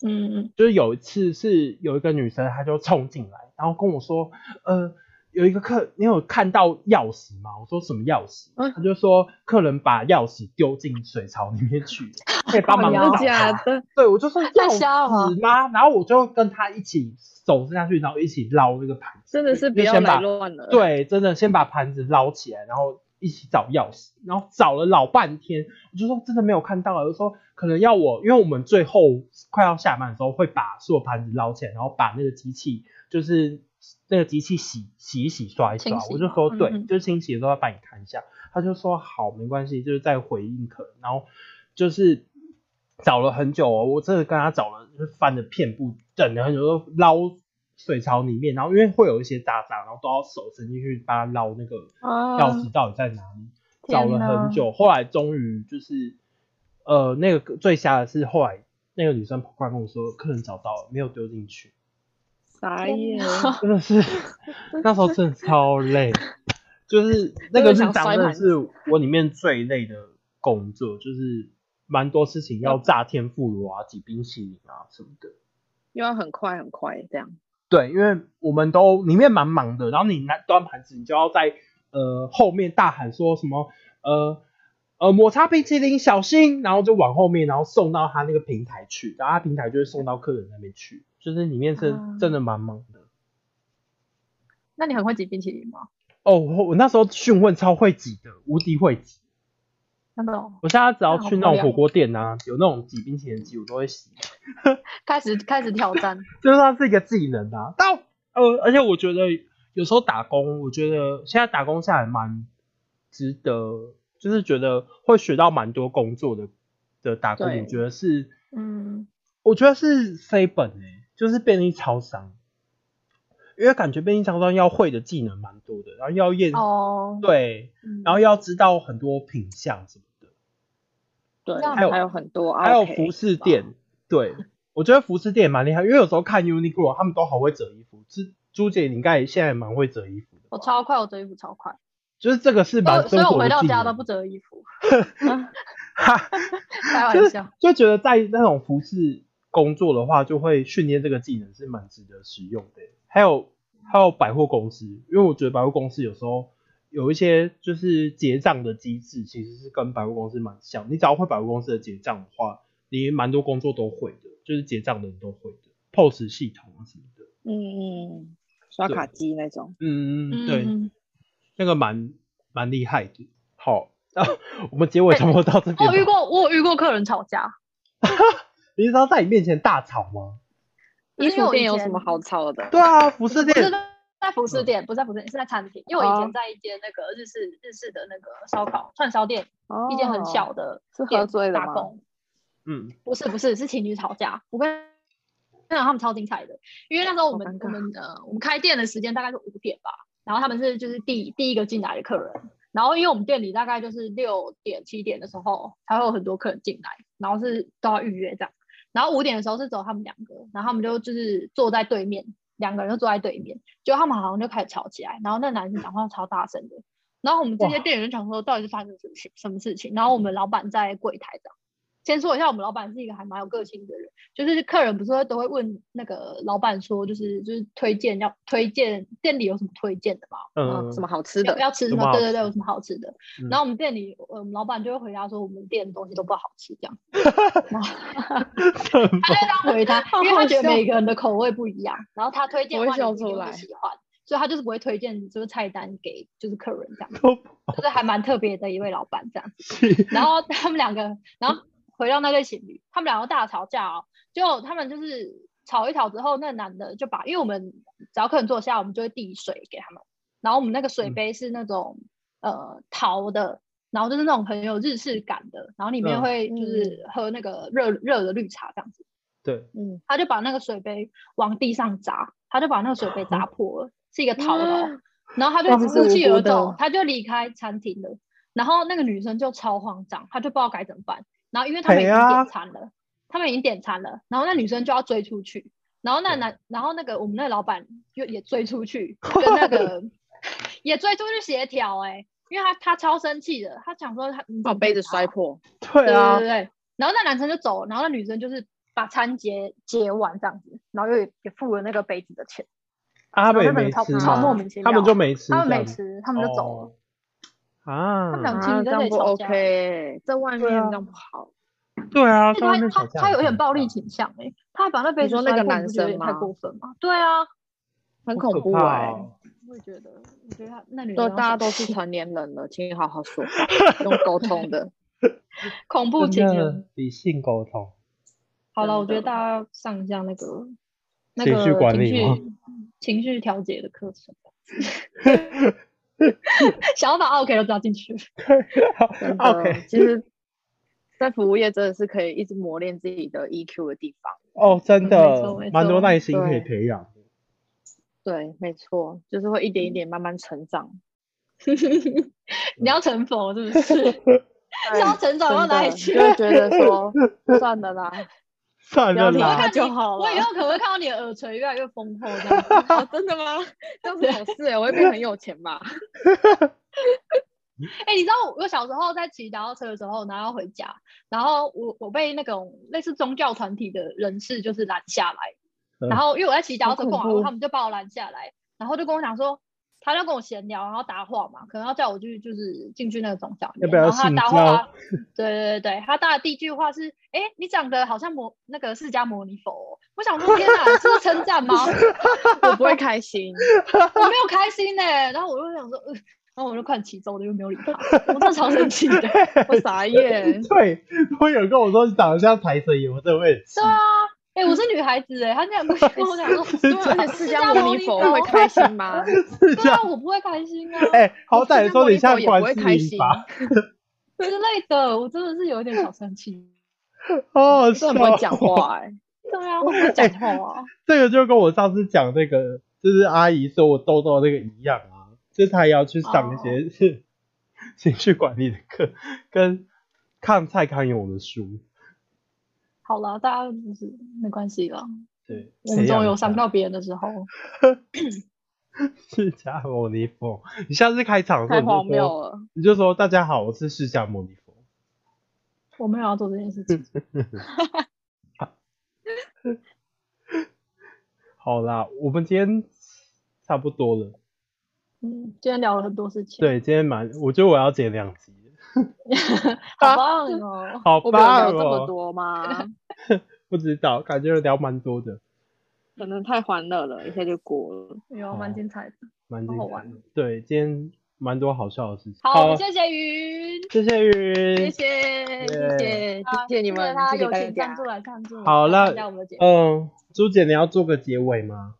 S1: 嗯
S2: 就是有一次是有一个女生，她就冲进来，然后跟我说，呃，有一个客，你有看到钥匙吗？我说什么钥匙？
S1: 嗯
S2: 她就说客人把钥匙丢进水槽里面去，可以帮忙
S1: 真
S2: 找
S1: 的
S3: 假
S2: 她。
S3: 哦 的？
S2: 对，我就说
S1: 哦太瞎了吧
S2: 钥匙吗？然后我就跟她一起走下去，然后一起捞那个盘子。
S3: 真的是
S2: 就
S3: 不要
S2: 先把
S3: 来乱了。，
S2: 对，真的先把盘子捞起来，然后一起找钥匙，然后找了老半天，我就说真的没有看到啊，我就说可能要我，因为我们最后快要下班的时候会把所有盘子捞起来，然后把那个机器就是那个机器洗洗一洗刷一刷
S1: 清，洗
S2: 我就说
S1: 嗯
S2: 对，
S1: 嗯
S2: 就清洗的时候要帮你看一下，他就说好没关系，就是在回应客人，然后就是找了很久哦，我真的跟他找了，就是翻了遍布，等了很久，都捞水槽里面，然后因为会有一些渣渣，然后都要手伸进去把它捞那个
S3: 啊
S2: 钥匙到底在哪里，找了
S1: 天哪
S2: 很久，后来终于就是呃那个最瞎的是后来那个女生跑过来跟我说，客人找到了，没有丢进去，
S3: 傻
S1: 天
S3: 眼，
S2: 真的 是那时候真的超累，就是那个日
S3: 真的想
S2: 常
S3: 摔
S2: 真的
S3: 盘
S2: 是我里面最累的工作，就是蛮多事情
S3: 嗯
S2: 要炸天妇罗啊、挤冰淇淋啊什么的。
S3: 又要很快很快这样。
S2: 对，因为我们都里面蛮忙的，然后你拿端盘子，你就要在呃后面大喊说什么呃呃抹茶冰淇淋小心，然后就往后面，然后送到他那个平台去，然后他平台就会送到客人那边去，就是里面是
S3: 啊
S2: 真的蛮忙的。
S1: 那你很会挤冰淇淋吗？
S2: 哦，我我那时候讯问超会挤的，无敌会挤。
S1: 真的 哦，
S2: 我现在只要
S1: 那好
S2: 去那
S1: 漂
S2: 种
S1: 亮
S2: 火锅店啊，有那种挤冰淇淋机，我都会洗，
S1: 开始开始挑战，
S2: 就是它是一个技能啊。到呃，而且我觉得有时候打工，我觉得现在打工下来蛮值得，就是觉得会学到蛮多工作的的打工，
S3: 对
S2: 我觉得是，
S1: 嗯，
S2: 我觉得是 C 本诶、就是便利超商，因为感觉便利超商要会的技能蛮多的，然后要验、
S1: 哦，
S2: 嗯对，
S1: 嗯，
S2: 然后要知道很多品相什么的。
S3: 对，
S1: 那
S3: 还有很多，
S2: 还有服饰店，对我觉得服饰店也蛮厉害，因为有时候看 Uniqlo 他们都好会折衣服。朱朱姐，你应该也现在也蛮会折衣服的吧，
S1: 我超快，我折衣服超快，
S2: 就是这个是
S1: 所
S2: 蛮
S1: 哦以所
S2: 生
S1: 以我
S2: 活
S1: 回
S2: 的
S1: 到
S2: 技
S1: 家
S2: 能，
S1: 都不折衣 服，
S2: 哈，
S1: 开玩笑，
S2: 就觉得在那种服饰工作的话，就会训练这个技能是蛮值得使用的。还有还有百货公司，因为我觉得百货公司有时候有一些就是结账的机制，其实是跟百货公司蛮像。你只要会百货公司的结账的话，你蛮多工作都会的，就是结账的人都会的，POS 系统啊什么的。
S3: 嗯嗯，刷
S2: 对
S3: 卡机那种。
S2: 嗯，
S1: 嗯
S2: 对，
S1: 嗯
S2: 那个蛮蛮厉害的。好，啊、 我们结尾差不多到这
S1: 我
S2: 边吧。
S1: 有哎哦遇过，我有遇过客人吵架，
S2: 你知道在你面前大吵吗？
S1: 可是
S3: 衣
S1: 因为
S3: 服
S1: 我以
S3: 店有
S1: 前
S3: 什么好吵的？
S2: 对啊，服
S1: 不
S2: 饰
S1: 是
S2: 店。
S1: 在服饰店，不是在服饰店，是在餐厅。因为我以
S3: 嗯哦
S1: 前在一间那个日式日式的那个烧烤串烧店，
S3: 哦
S1: 一间很小，的
S3: 是
S1: 店
S3: 喝醉了
S1: 打
S3: 吗
S1: 工，
S2: 嗯，
S1: 不是不是是情侣吵架。我跟跟你讲他们超精彩的，因为那时候我
S3: 好
S1: 们
S3: 尴尬
S1: 我们呃我们开店的时间大概是五点吧，然后他们是就是第第一个进来的客人，然后因为我们店里大概就是六点七点的时候才会有很多客人进来，然后是都要预约这样。然后五点的时候是走他们两个，然后他们就就是坐在对面，两个人就坐在对面，就他们好像就开始吵起来，然后那男生讲话超大声的，然后我们这些店员就想说到底是发生什么事什么事情，然后我们老板在柜台上，先说一下我们老板是一个还蛮有个性的人，就是客人不是会都会问那个老板说就是就是推荐要推荐店里有哦什么推荐的吗？
S2: 嗯，
S3: 哦什么好吃
S1: 要
S3: 的？
S1: 要吃
S2: 有
S1: 什
S2: 什么
S1: 么？
S2: 好
S1: 对对对，
S2: 吃
S1: 有什么好吃的？
S2: 嗯
S1: 然后我们店里，呃我们老板就会回答说，我们店的东西都不好吃，这样。 然后
S2: 什
S1: 他
S2: 么？
S1: 就这样回他，因为
S3: 好
S1: 他觉得
S3: 笑
S1: 每个人的口味不一样，然后他推荐
S3: 我
S1: 的
S3: 会
S1: 话，
S3: 笑
S1: 你不一
S3: 出
S1: 定
S3: 来
S1: 会喜欢，所以他就是不会推荐就是菜单给就是客人这样，
S2: 都不
S1: 就是还蛮特别的一位老板这样。
S2: 是
S1: 然后他们两个，然后回到那对情侣，他们两个大吵架哦，就他们就是吵一吵之后，那个男的就把，因为我们只要客人坐下，我们就会递水给他们，然后我们那个水
S2: 嗯
S1: 杯是那种、呃陶的。然后就是那种很有日式感的，然后里
S2: 嗯
S1: 面会就是喝那个热、热的绿茶这样子，
S2: 对，
S3: 嗯，
S1: 他就把那个水杯往地上砸，他就把那个水杯砸破了，是一个陶的
S3: 啊
S1: 哦、然后他就
S3: 哇不是
S1: 哭泣
S3: 无辜
S1: 而走
S3: 的，哦
S1: 他就离开餐厅了。然后那个女生就超慌张，她就不知道该怎么办。然后因为他们已经
S2: 哎呀
S1: 点餐了，他们已经点餐了，然后那女生就要追出去，然后那男，然后那个我们那个老板就也追出去，跟那 个也追出去协调哎、因为他他超生气的，他想说他
S3: 把杯子
S1: 摔
S3: 摔破，
S2: 对
S1: 对
S2: 啊
S1: 对，对对。然后那男生就走，然后那女生就是把餐结结完这样子，然后又也付了那个杯子的钱。
S2: 阿北
S1: 然后那
S2: 没
S1: 个超
S2: 吃
S1: 超莫
S2: 吗
S1: 名？其妙，
S2: 他们就没吃，
S1: 他们没
S2: 这样
S1: 吃，他们就走了。
S2: 哦
S1: 他
S2: 啊。
S1: 们两个
S3: 啊
S1: 情侣在
S3: 这样
S1: 那里
S3: 不
S1: 吵架
S3: OK，欸在外面
S2: 对啊
S3: 这样不好。
S2: 对啊，
S1: 而且
S2: 在外
S1: 他
S2: 面吵
S1: 他
S2: 架
S1: 他有
S2: 很
S1: 点暴力
S2: 尴尬
S1: 倾向哎、他还把那杯
S3: 你
S1: 子
S3: 说那
S1: 摔
S3: 个
S1: 破
S3: 男
S1: 你不觉得有点
S3: 生
S1: 太
S3: 吗
S1: 过分吗？对啊，
S3: 很
S2: 好
S3: 恐
S2: 可
S3: 怖
S2: 怕
S1: 欸
S3: 哎、
S2: 哦
S1: 我也觉得，我觉得他那女
S3: 都
S1: 的
S3: 大家都是成年人了，请好 好说，用沟通的。
S1: 恐怖情
S2: 真
S1: 人。
S2: 的理性沟通。
S1: 好了，
S3: 真
S1: 我觉得
S3: 的
S1: 大家上一下那个那
S2: 情
S1: 个
S2: 绪管
S1: 情
S2: 理吗
S1: 绪情绪调节的课 程。想要把 OK 都抓进去，
S3: 真 的
S2: OK，
S3: 其实，在服务业真的是可以一直磨练自己的 EQ 的地方。
S2: 哦，真
S1: 没
S2: 的
S1: 错没错
S2: 蛮多耐心可以
S3: 对
S2: 培养的。
S3: 对，没错，就是会一点一点慢慢成长。
S1: 你要成佛是不是？是要成长到哪里去
S3: 真？的就会觉得 说算 了啦，
S2: 算了
S3: 不要
S1: 我
S3: 理
S1: 会
S3: 他
S2: 啦，
S1: 看
S3: 就
S1: 你
S3: 好
S1: 我以
S3: 了
S1: 后可能会看到你的耳垂越来越丰厚这样子。
S3: 哦、真的吗？这样子好事哎、我会变很有钱吧？
S1: 哎、你知道我小时候在骑脚踏车的时候，然后要回家，然后我我被那种类似宗教团体的人士就是拦下来，
S2: 嗯
S1: 然后因为我在骑脚踏
S3: 好
S1: 车
S3: 恐
S1: 过马路，
S3: 怖
S1: 他们就把我拦下来，然后就跟我讲说，他就跟我闲聊，然后搭话嘛，可能要叫我去就是进去那个宗教里
S2: 要
S1: 面，
S2: 不要
S1: 然后他
S2: 信
S1: 搭
S2: 教
S1: 话，对对对对，他搭的第一句话是，哎、你长得好像摩那个释迦摩尼佛哦、我想说天哪，这是称赞吗？
S3: 我不会开 心，
S1: 我没有开心呢、然后我就想说，呃，然后我就快骑走了，又没有理他，我真的超生气的。
S3: 我傻眼。
S2: 对，我有跟我说你长得像财神爷，我真的会很气
S1: 对啊，哎、我是女孩子哎、欸，他这样 跟我讲说，
S2: 是
S3: 对啊， 而且释迦牟尼佛
S1: 释迦牟
S3: 会
S1: 尼佛
S3: 开心 吗？
S2: 是这
S1: 对啊，
S2: 样。
S1: 我不会开心啊，
S2: 哎、好歹说你像
S3: 释迦牟尼佛
S2: 观
S3: 也不会
S2: 世
S3: 开
S2: 音
S3: 心，
S2: 吧，
S1: 之类的，我真的是有一点小生气。
S2: 好好
S3: 真
S2: 笑
S3: 的不会讲
S2: 哦。
S3: 话哎、
S1: 对啊，我不会讲话啊，
S2: 这个就跟我上次讲那个，就是阿姨说我痘痘那个一样啊，就是她也要去上一些
S3: 哦
S2: 是 情绪管理的课，跟看蔡康永的书。
S1: 好了，大家就是没关系了，
S2: 对，
S1: 我们总有伤
S2: 上
S1: 到别人的时候。
S2: 释迦牟尼佛。你下次开场的
S3: 太
S2: 时候
S3: 荒
S2: 你就
S3: 谬
S2: 说，
S3: 了。
S2: 你就说大家好，我是释迦牟尼佛。
S1: 我没有要做这件事情，
S2: 好啦，我们今天差不多了。
S1: 嗯，今天聊了很多事情，
S2: 对，今天蛮，我觉得我要剪两集，啊
S1: 好棒哦，
S2: 好
S3: 我们有
S2: 棒
S3: 聊这么
S2: 哦！
S3: 多吗？
S2: 不知道，感觉聊蛮多的，
S3: 可能太欢乐了，一下就过了。
S1: 有
S2: 哦
S1: 蛮精彩的。
S2: 蛮
S1: 好
S2: 精
S1: 好
S2: 彩
S1: 玩
S2: 的。对，今天蛮多好笑的事情。
S1: 好，我们谢谢云，
S2: 谢谢
S3: 谢
S2: 云。
S3: 谢，谢谢，
S1: 啊
S3: 谢谢你
S1: 谢
S3: 们，
S1: 他
S3: 谢谢
S1: 友
S3: 大
S1: 情赞
S3: 家
S1: 助。来赞助，
S2: 好
S1: 来
S2: 了
S1: 参加我们的节目，
S2: 嗯，朱姐，你要做个结尾吗？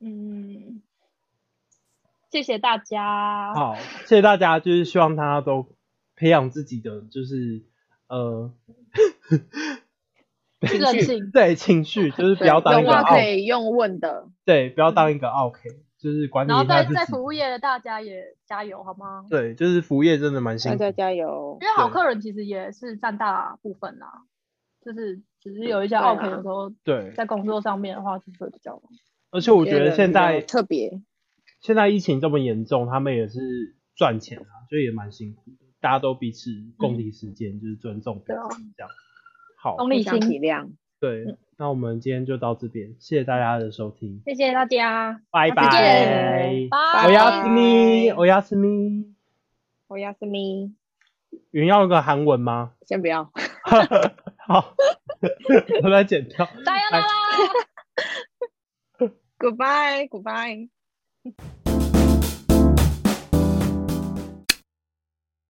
S1: 嗯，谢谢大家，
S2: 好，谢谢大家，就是希望大家都培养自己的，就是呃，
S1: 任性。
S2: 对情绪，就是不
S3: 对
S2: 要当一
S3: 有
S2: 个哦
S3: 话
S2: 傲
S3: 可，以用问的，
S2: 对，不要当一个 OK，就是管理
S1: 然后
S2: 一下
S1: 在
S2: 自己。
S1: 在服务业的大家也加油好吗？
S2: 对，就是服务业真的蛮辛
S3: 大
S2: 苦
S3: 家
S2: 的。
S3: 加油
S1: 因。为好
S2: 对
S1: 客人其实也是占大部分啦，就是只是有一些
S3: 对啊
S1: OK，有时候
S2: 对，
S1: 在工作上面的话就是会比较
S2: 而且我觉得现
S3: 有
S2: 在
S3: 特别，
S2: 现在疫情这么严重，他们也是赚钱啊，所以也蛮辛苦的。大家都彼此共体时间，就是尊重彼
S1: 对啊
S2: 此这样。好，
S1: 同
S3: 互
S1: 理
S3: 相
S1: 心。
S3: 体谅，嗯
S2: 对，那我们今天就到这边，谢谢大家的收听，
S1: 谢谢大家，
S2: 拜
S1: 下次
S2: 拜
S3: 见。
S1: 拜。
S2: 我要
S3: 拜
S2: 吃咪，我要吃咪。
S3: 我亚斯咪，
S2: 云要有个韩文吗？
S3: 先不要，
S2: 好， 我来剪掉。哎
S1: 大家啦啦。
S3: ，Goodbye，Goodbye。